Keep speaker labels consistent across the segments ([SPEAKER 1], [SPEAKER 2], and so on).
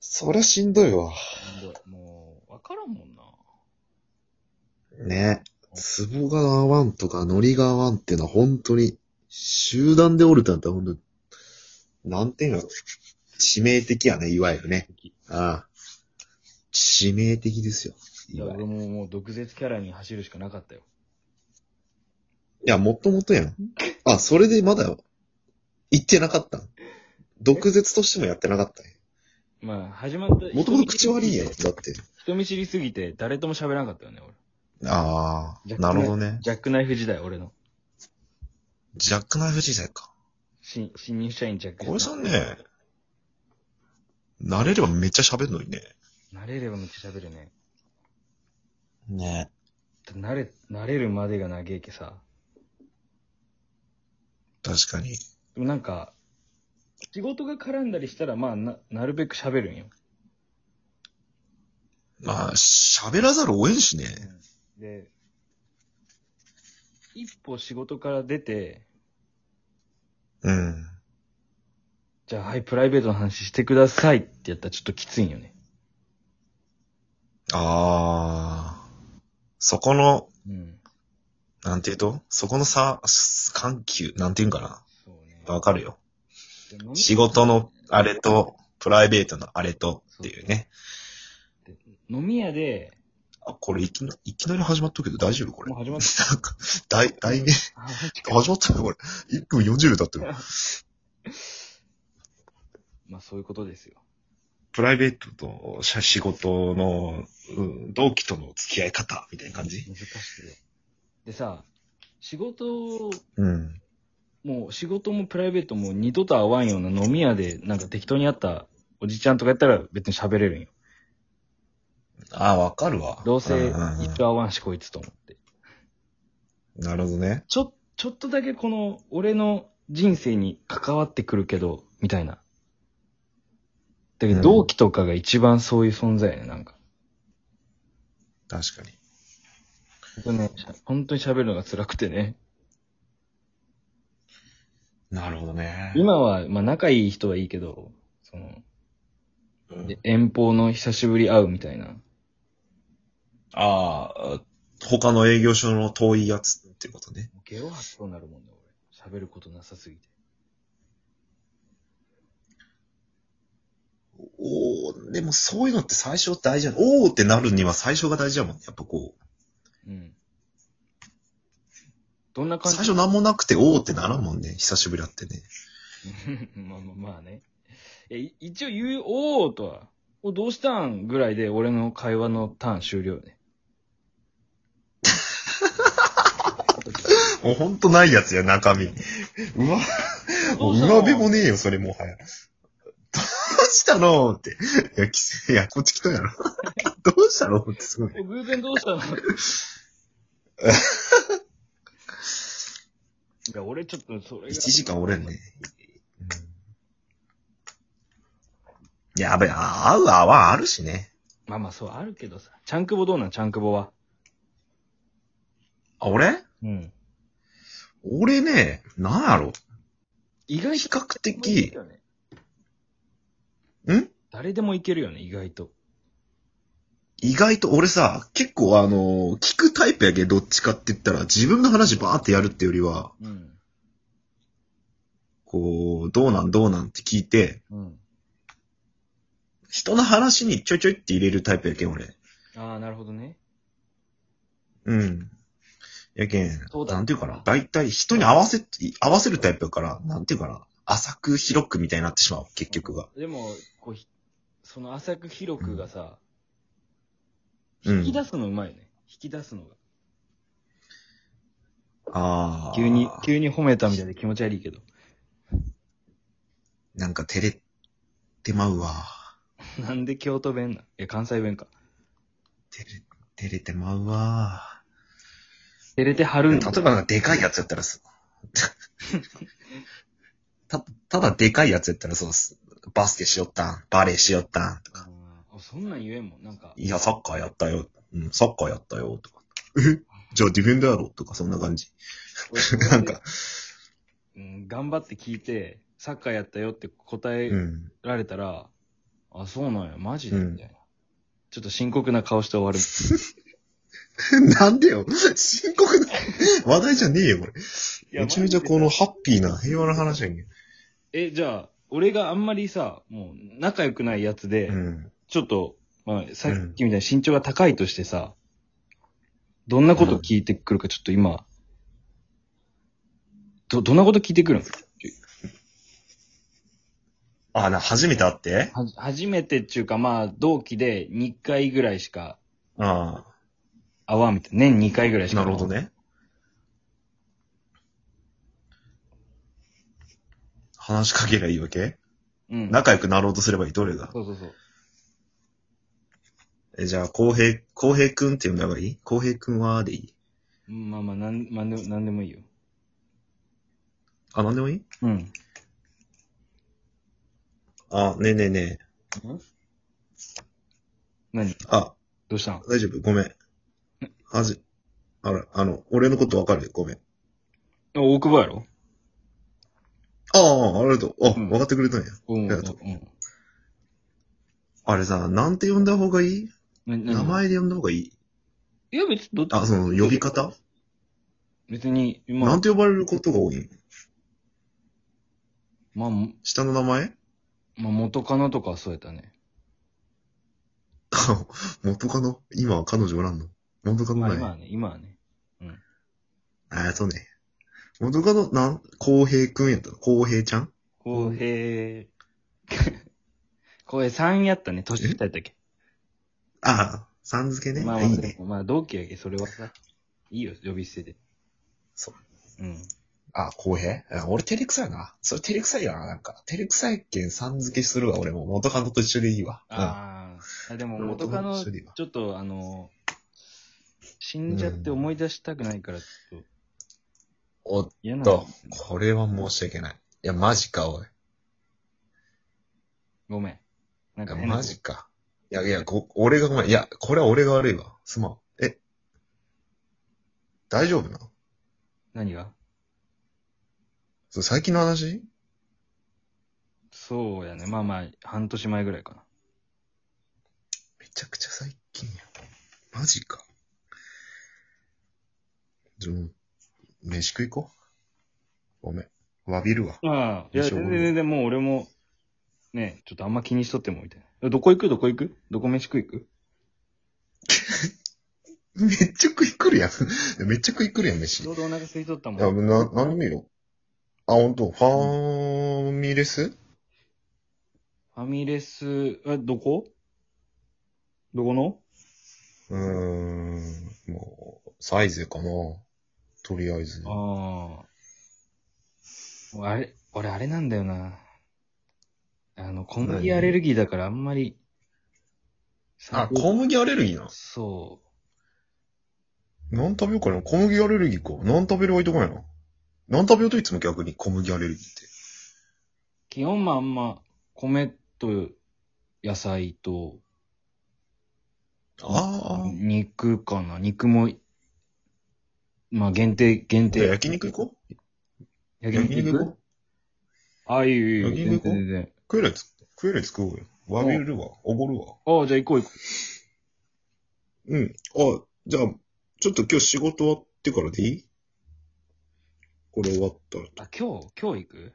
[SPEAKER 1] そりゃしんどいわ。
[SPEAKER 2] しんどい。もう、わからんもんな。
[SPEAKER 1] ね。ツボが合わんとか、ノリが合わんっていうのは本当に、集団でおるってなったら本当に、なんていうの、致命的やね、いわゆるね。ああ。致命的ですよ。
[SPEAKER 2] い
[SPEAKER 1] い
[SPEAKER 2] や、
[SPEAKER 1] わゆ
[SPEAKER 2] 俺
[SPEAKER 1] るい
[SPEAKER 2] ももう、毒舌キャラに走るしかなかったよ。
[SPEAKER 1] や、もともとやん。あ、それでまだ、言ってなかったん毒舌としてもやってなかったんや
[SPEAKER 2] まあ、始まった。
[SPEAKER 1] もともと口悪いやん、だって。
[SPEAKER 2] 人見知りすぎて、誰とも喋らなかったよね、俺。
[SPEAKER 1] あ
[SPEAKER 2] ジ
[SPEAKER 1] あ、
[SPEAKER 2] ャックナイ
[SPEAKER 1] なるほどね。
[SPEAKER 2] ジャックナイフ時代、俺の。
[SPEAKER 1] ジャックナイフ時代か。
[SPEAKER 2] 新、新入社員ジャック
[SPEAKER 1] 小林さんね、慣れればめっちゃ喋るのにね。
[SPEAKER 2] 慣れればめっちゃ喋るね。
[SPEAKER 1] ね
[SPEAKER 2] 慣れ、慣れるまでが長えけさ。
[SPEAKER 1] 確かに。
[SPEAKER 2] でもなんか、仕事が絡んだりしたら、まあ、な、なるべく喋るんよ。
[SPEAKER 1] まあ、喋らざるを得んしね。
[SPEAKER 2] で、一歩仕事から出て、
[SPEAKER 1] うん。
[SPEAKER 2] じゃあ、はい、プライベートの話してくださいってやったらちょっときついんよね。
[SPEAKER 1] ああ。そこの、
[SPEAKER 2] うん。
[SPEAKER 1] なんていうとそこの差、す緩急、なんていうんかな。
[SPEAKER 2] そうね。
[SPEAKER 1] わかるよ。
[SPEAKER 2] で飲み
[SPEAKER 1] 仕事のあれと、プライベートのあれとっていうね。
[SPEAKER 2] 飲み屋で、
[SPEAKER 1] あ、これいきな、いきなり始まっとくけど大丈夫これ。
[SPEAKER 2] もう始まっ
[SPEAKER 1] なんか、大、大名、
[SPEAKER 2] あマジか
[SPEAKER 1] 始まったよこれ。1分40秒経ってる。
[SPEAKER 2] まあ、そういうことですよ。
[SPEAKER 1] プライベートとしゃ仕事の、うん、同期との付き合い方みたいな感じ
[SPEAKER 2] 難しいよ。でさ、仕事を
[SPEAKER 1] うん。
[SPEAKER 2] もう仕事もプライベートも二度と会わんような飲み屋で、なんか適当に会ったおじちゃんとかやったら別に喋れるんよ。
[SPEAKER 1] ああ、わかるわ。
[SPEAKER 2] どうせ
[SPEAKER 1] んんうん
[SPEAKER 2] 一度会わんしこいつと思って。
[SPEAKER 1] なるほどね。
[SPEAKER 2] ちょ、ちょっとだけこの俺の人生に関わってくるけど、みたいな。だけ
[SPEAKER 1] う
[SPEAKER 2] ど
[SPEAKER 1] ん
[SPEAKER 2] 同期とかが一番そういう存在やね、なんか。
[SPEAKER 1] 確かに。
[SPEAKER 2] 本当にね、しゃ本当に喋るのが辛くてね。
[SPEAKER 1] なるほどね。
[SPEAKER 2] 今は、まあ仲いい人はいいけど、その、
[SPEAKER 1] うん
[SPEAKER 2] で遠方の久しぶり会うみたいな。
[SPEAKER 1] ああ、他の営業所の遠いやつってことね。
[SPEAKER 2] もうゲロ吐きそうになるもんね、俺。喋ることなさすぎて。
[SPEAKER 1] おおでもそういうのって最初大事なの。おーってなるには最初が大事だもんね。やっぱこう、
[SPEAKER 2] うん。どんな感
[SPEAKER 1] 最
[SPEAKER 2] じ
[SPEAKER 1] 初何もなくておーってならんもんね。久しぶりだってね。
[SPEAKER 2] まあまあまあね。え、い一応言う、おーとは、おどうしたんぐらいで俺の会話のターン終了 ね。
[SPEAKER 1] もうほんとないやつや、中身。うわ、も
[SPEAKER 2] どう
[SPEAKER 1] う
[SPEAKER 2] した
[SPEAKER 1] 上
[SPEAKER 2] の
[SPEAKER 1] 辺もねえよ、それもはや。どうしたのって。いや、きせ、いや、こっち来た やろ。どうしたのってすごい。
[SPEAKER 2] お偶然どうしたの いや、俺ちょっとそれが。
[SPEAKER 1] 1時間おれんね。うん、やべ、あ合う合わんあるしね。
[SPEAKER 2] まあまあそう、あるけどさ。チャンクボどうなんチャンクボは。
[SPEAKER 1] あ、俺
[SPEAKER 2] うん。
[SPEAKER 1] 俺ね、なんやろ。
[SPEAKER 2] 意外
[SPEAKER 1] 比
[SPEAKER 2] と。
[SPEAKER 1] 較的、ん
[SPEAKER 2] 誰でもいけるよね、意外と。
[SPEAKER 1] 意外と俺さ、結構あの、聞くタイプやけど、どっちかって言ったら、自分の話バーってやるってよりは、
[SPEAKER 2] うん。
[SPEAKER 1] こう、どうなんどうなんって聞いて、
[SPEAKER 2] うん。
[SPEAKER 1] 人の話にちょいちょいって入れるタイプやけん、俺。
[SPEAKER 2] ああ、なるほどね。
[SPEAKER 1] うん。やけん
[SPEAKER 2] そう、だ
[SPEAKER 1] なんていうかな。大体人に合わせ、合わせるタイプやから、なんていうかな。浅く広くみたいになってしまう、結局が。
[SPEAKER 2] でも、こうひ、その浅く広くがさ、
[SPEAKER 1] うん
[SPEAKER 2] 引き出すのうまいよね。引き出すのが。
[SPEAKER 1] ああ。
[SPEAKER 2] 急に、急に褒めたみたいで気持ち悪いけど。
[SPEAKER 1] なんか照れてまうわ。
[SPEAKER 2] なんで京都弁なんいや、関西弁か。
[SPEAKER 1] 照れ、照れてまうわ。
[SPEAKER 2] 照れてはる
[SPEAKER 1] 例
[SPEAKER 2] ん
[SPEAKER 1] え
[SPEAKER 2] だ。
[SPEAKER 1] ばなんかでかいやつやったら す。た、ただでかいやつやったらそうっす。バスケしよったん、バレーしよったんとか。
[SPEAKER 2] うんあそんなん言えんもん。なんか、
[SPEAKER 1] いや、サッカーやったよ。うん、サッカーやったよ。とか。えじゃあディフェンダーやろとか、そんな感じ。 なんか、
[SPEAKER 2] うん、頑張って聞いて、サッカーやったよって答え
[SPEAKER 1] うん。
[SPEAKER 2] られたら、あ、そうなんや、マジで、
[SPEAKER 1] うん
[SPEAKER 2] みたいな。ちょっと深刻な顔して終わる。
[SPEAKER 1] なんでよ深刻な話題じゃねえよ、これ。めちゃめちゃこのハッピーな平和な話やんけ。
[SPEAKER 2] え、じゃあ、俺があんまりさ、もう仲良くないやつで、
[SPEAKER 1] うん。
[SPEAKER 2] ちょっと、まあ、さっきみたいに身長が高いとしてさ、どんなこと聞いてくるかちょっと今、ど、どんなこと聞いてくるの
[SPEAKER 1] あ、な、初めて会って
[SPEAKER 2] は初めてっていうか、まあ、同期で2回ぐらいしか
[SPEAKER 1] あ
[SPEAKER 2] 会わんみたいな。年2回ぐらいし
[SPEAKER 1] あ、
[SPEAKER 2] か。
[SPEAKER 1] なるほど。ね。話しかけりゃいいわけ
[SPEAKER 2] うん。
[SPEAKER 1] 仲良くなろうとすればいい、どれだ
[SPEAKER 2] そうそうそう。
[SPEAKER 1] え、じゃあ、浩平、浩平くんって呼んだ方がいい浩平くんはでいい
[SPEAKER 2] うんまあまあ、なん、なんでも、なんでもいいよ。
[SPEAKER 1] あ、なんでもいい
[SPEAKER 2] うん。
[SPEAKER 1] あ、ねえねえねえ。
[SPEAKER 2] 何
[SPEAKER 1] あ、
[SPEAKER 2] どうしたん
[SPEAKER 1] 大丈夫ごめん。はじ、あら、あの、俺のことわかるごめん。
[SPEAKER 2] あ大久保やろ
[SPEAKER 1] ああ、ありがとう。あ、
[SPEAKER 2] うん
[SPEAKER 1] 分かってくれたんや。
[SPEAKER 2] うん。
[SPEAKER 1] あ
[SPEAKER 2] う。
[SPEAKER 1] りがとうんあれさ、なんて呼んだ方がいい
[SPEAKER 2] な何
[SPEAKER 1] 名前で呼んだ方がいい
[SPEAKER 2] いや、別に、どっち
[SPEAKER 1] あ、その、呼び方
[SPEAKER 2] 別に、ま
[SPEAKER 1] な
[SPEAKER 2] あ
[SPEAKER 1] ん、て呼ばれることが多いん
[SPEAKER 2] まあ、ま
[SPEAKER 1] 下の名前
[SPEAKER 2] あ、元カノとかはそうやったね。
[SPEAKER 1] 元カノ今は彼女おらんの元カ
[SPEAKER 2] ま
[SPEAKER 1] ノ
[SPEAKER 2] あ、
[SPEAKER 1] ない。
[SPEAKER 2] 今
[SPEAKER 1] あ
[SPEAKER 2] はね、今はね。
[SPEAKER 1] あ、そうね。元カノ、なん、浩平くんやったの浩平ちゃん
[SPEAKER 2] 浩平、 浩平さんやったね、年下やったっけ。
[SPEAKER 1] ああ、さん付けね。
[SPEAKER 2] まあまあ、
[SPEAKER 1] いいね。
[SPEAKER 2] まあ、同期やけ、それはさ。いいよ、呼び捨てで。。
[SPEAKER 1] そう
[SPEAKER 2] うん。
[SPEAKER 1] あ、公平あ俺照れくさいな。それ照れくさいよな、なんか。照れくさいけん、さん付けするわ、俺も。元カノと一緒でいいわ。
[SPEAKER 2] あーあ、でも
[SPEAKER 1] うん
[SPEAKER 2] 元カノ、
[SPEAKER 1] 元カノ一緒でいいわ
[SPEAKER 2] ちょっとあの、死んじゃって思い出したくないから、ちょっと
[SPEAKER 1] うん。おっ
[SPEAKER 2] 嫌なの
[SPEAKER 1] と、これは申し訳ない。いや、マジか、おい。
[SPEAKER 2] ごめん。なん
[SPEAKER 1] いや
[SPEAKER 2] か変な
[SPEAKER 1] マジか。いや、いや、ご、俺がごめん。いや、これは俺が悪いわ。すまん。え、大丈夫なの
[SPEAKER 2] 何が
[SPEAKER 1] それ最近の話
[SPEAKER 2] そうやね。まあまあ、半年前ぐらいかな。
[SPEAKER 1] めちゃくちゃ最近やん。マジか。じゃあ、飯食い行こう。ごめん。詫びるわ。
[SPEAKER 2] ああ、い
[SPEAKER 1] いや
[SPEAKER 2] や、全然全然もう俺も、ね、ちょっとあんま気にしとってもみたいな。どこ行くどこ行くどこ飯食い行く
[SPEAKER 1] めっちゃ食い来るやん。 めっちゃ食い来るやん、飯。
[SPEAKER 2] ち
[SPEAKER 1] い
[SPEAKER 2] ょうどお腹空いとったもん。
[SPEAKER 1] や、な、なんでもいいよ。あ、ほんと。ファミレス
[SPEAKER 2] ファミレス、え、どこどこの
[SPEAKER 1] うーん。もう、サイズかな。とりあえず。
[SPEAKER 2] ああ。あれ、俺あれなんだよな。あの、小麦アレルギーだからあんまり。
[SPEAKER 1] あ、
[SPEAKER 2] こ
[SPEAKER 1] 小麦アレルギーな。
[SPEAKER 2] そ
[SPEAKER 1] 何食べようかな。小麦アレルギーか。何食べればいいとこやな。何食べようといつも逆に小麦アレルギーって。
[SPEAKER 2] う。基本まああんま、米と野菜と
[SPEAKER 1] ああ。
[SPEAKER 2] 肉かな。肉も、まあ限定、限
[SPEAKER 1] じゃあ
[SPEAKER 2] 定。
[SPEAKER 1] 焼肉行こう。
[SPEAKER 2] 焼肉
[SPEAKER 1] 行こう。
[SPEAKER 2] ああ、いいよいいよ。
[SPEAKER 1] 焼
[SPEAKER 2] 全然
[SPEAKER 1] 肉
[SPEAKER 2] 全然。
[SPEAKER 1] 食えるやつ、食えるやつ食おうよ。わびるわ。おごるわ。
[SPEAKER 2] ああ、じゃあ行こう行こ
[SPEAKER 1] うん。あ、じゃあ、ちょっと今日仕事終わってからでいいこれ終わったら。
[SPEAKER 2] う。あ、今日今日行く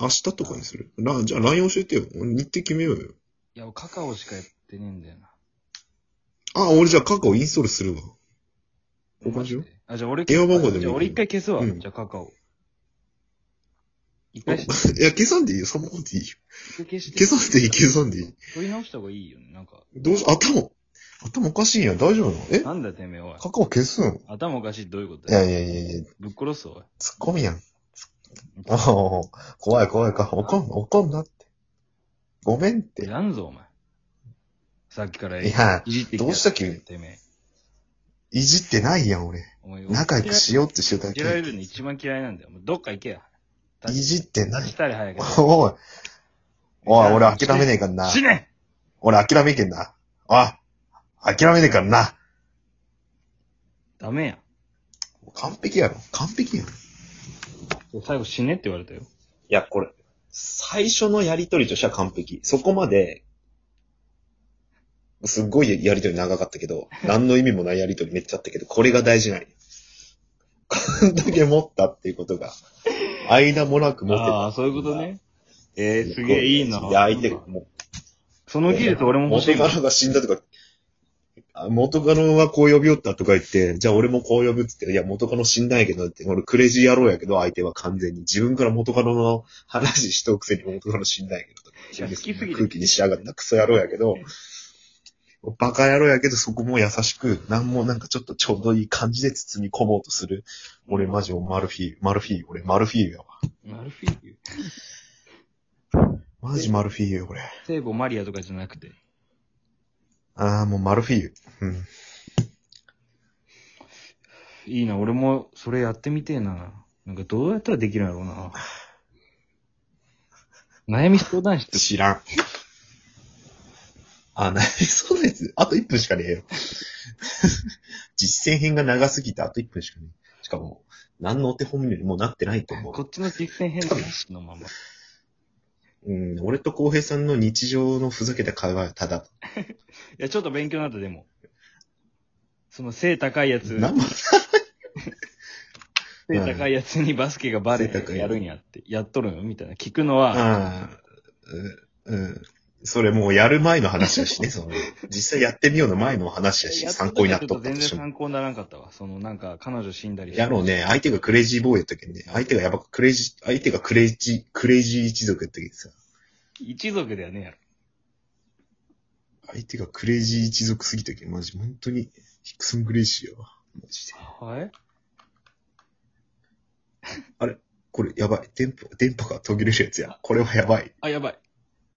[SPEAKER 1] 明日とかにするな、じゃあ LINE 教えてよ。日程決めようよ。
[SPEAKER 2] いや、カカオしかやってねえんだよな。
[SPEAKER 1] あ、俺じゃあカカオインストールするわ。交 換しよう
[SPEAKER 2] マジであ、じゃあ俺、
[SPEAKER 1] 電話番号でもいい
[SPEAKER 2] じゃあ俺一回消すわ。
[SPEAKER 1] うん
[SPEAKER 2] じゃあカカオ。一
[SPEAKER 1] いや、
[SPEAKER 2] 回し
[SPEAKER 1] 消さんでいいよ。そんなこといいよ。
[SPEAKER 2] 一回消して。
[SPEAKER 1] 消さんでいい、消さんでいい。
[SPEAKER 2] 取り直した方がいいよね。なんか、
[SPEAKER 1] どうし、頭、頭おかしいんや。大丈夫なのえ
[SPEAKER 2] なんだてめえ、おい。
[SPEAKER 1] カカオ消すの
[SPEAKER 2] 頭おかしいどういうこと
[SPEAKER 1] い
[SPEAKER 2] だよ
[SPEAKER 1] やいやいやいや、
[SPEAKER 2] ぶっ殺すわ、
[SPEAKER 1] ツッコミやん。
[SPEAKER 2] お
[SPEAKER 1] ああ、怖い怖いか。怒んな、怒んなって。ごめんっ
[SPEAKER 2] い。
[SPEAKER 1] て。
[SPEAKER 2] やんぞ、お前。さっきから
[SPEAKER 1] いや、
[SPEAKER 2] いじってきた。
[SPEAKER 1] どうしたっけ
[SPEAKER 2] てめえ。
[SPEAKER 1] いじってないやん、俺。
[SPEAKER 2] お前
[SPEAKER 1] 仲良くしようってしてただ
[SPEAKER 2] い
[SPEAKER 1] け
[SPEAKER 2] じ。られるの一番嫌いなんだよ。もうどっか行けや。
[SPEAKER 1] いじってない
[SPEAKER 2] し。たり早く。
[SPEAKER 1] おい。おい、俺諦めね
[SPEAKER 2] ね
[SPEAKER 1] えからな。
[SPEAKER 2] 死ね
[SPEAKER 1] 俺諦めけんな。おい。諦めねえからな。
[SPEAKER 2] ダメや。
[SPEAKER 1] 完璧やろ。完璧やろ。い
[SPEAKER 2] 最後死ねって言われたよ。
[SPEAKER 1] や、これ。最初のやりとりとしては完璧。そこまで、すっごいやりとり長かったけど、何の意味もないやりとりめっちゃあったけど、これが大事なんよ。こ んだけ持ったっていうことが、間もなく持ってた。
[SPEAKER 2] ああ、そういうことね。えー、すげえいいな。
[SPEAKER 1] で、相手がもう、
[SPEAKER 2] その技術俺も欲し
[SPEAKER 1] 元
[SPEAKER 2] いわ。
[SPEAKER 1] カノが死んだとか、あ元カノはこう呼びよったとか言って、じゃあ俺もこう呼ぶっつって、いや元カノ死んだんやけどって、俺クレイジー野郎やけど相手は完全に自分から元カノの話しとくせに元カノ死んだんやけどとか。
[SPEAKER 2] いや好きすぎて
[SPEAKER 1] 空気にしやがったクソ野郎やけど、バカ野郎やけどそこも優しく、なんもなんかちょっとちょうどいい感じで包み込もうとする。俺マジもマルフィーユ、マルフィーユ、俺マルフィーユやわ。
[SPEAKER 2] マルフィーユ。
[SPEAKER 1] マジマルフィーユよ俺。
[SPEAKER 2] 聖母マリアとかじゃなくて。
[SPEAKER 1] ああ、もうマルフィーユ。うん。
[SPEAKER 2] いいな、俺もそれやってみてえな。なんかどうやったらできるんだろうな。悩み相談室。
[SPEAKER 1] 知らん。あ、なに そうです。あと1分しかねえよ。 実践編が長すぎてあと1分しかねえ。しかも、何のお手本にもなってないと思
[SPEAKER 2] こ
[SPEAKER 1] う。
[SPEAKER 2] っちの実践編なしのまま。
[SPEAKER 1] うん、俺と浩平さんの日常のふざけた会話はただ。
[SPEAKER 2] いや、ちょっと勉強になった、でも。その背高いやつ、
[SPEAKER 1] 何も
[SPEAKER 2] 背高いやつにバスケがバレ
[SPEAKER 1] 背高
[SPEAKER 2] て
[SPEAKER 1] い
[SPEAKER 2] やるんやって、やっとるのみたいな。聞くのは、
[SPEAKER 1] ああ、うん、うん。それもうやる前の話だし ね、その、実際やってみようの前の話だし、
[SPEAKER 2] やっと
[SPEAKER 1] 参考になっと
[SPEAKER 2] だ
[SPEAKER 1] っ
[SPEAKER 2] け
[SPEAKER 1] た
[SPEAKER 2] ど
[SPEAKER 1] と
[SPEAKER 2] 全
[SPEAKER 1] して
[SPEAKER 2] 然
[SPEAKER 1] も。
[SPEAKER 2] 参考にならんかったわ。そのなんか、彼女死んだりして
[SPEAKER 1] やろうね、相手がクレイジーボーイやったけんね。相手がやばくクレイジー、相手がクレイジー、クレイジー一族やったけどさ。
[SPEAKER 2] 一族ではねえやろ。
[SPEAKER 1] 相手がクレイジー一族すぎたけど、マジ、本当に、ヒクソン・グレイシーやわ。マジで。
[SPEAKER 2] はい
[SPEAKER 1] これ、やばい。電波、電波が途切れるやつや。これはやばい。
[SPEAKER 2] あ、やばい。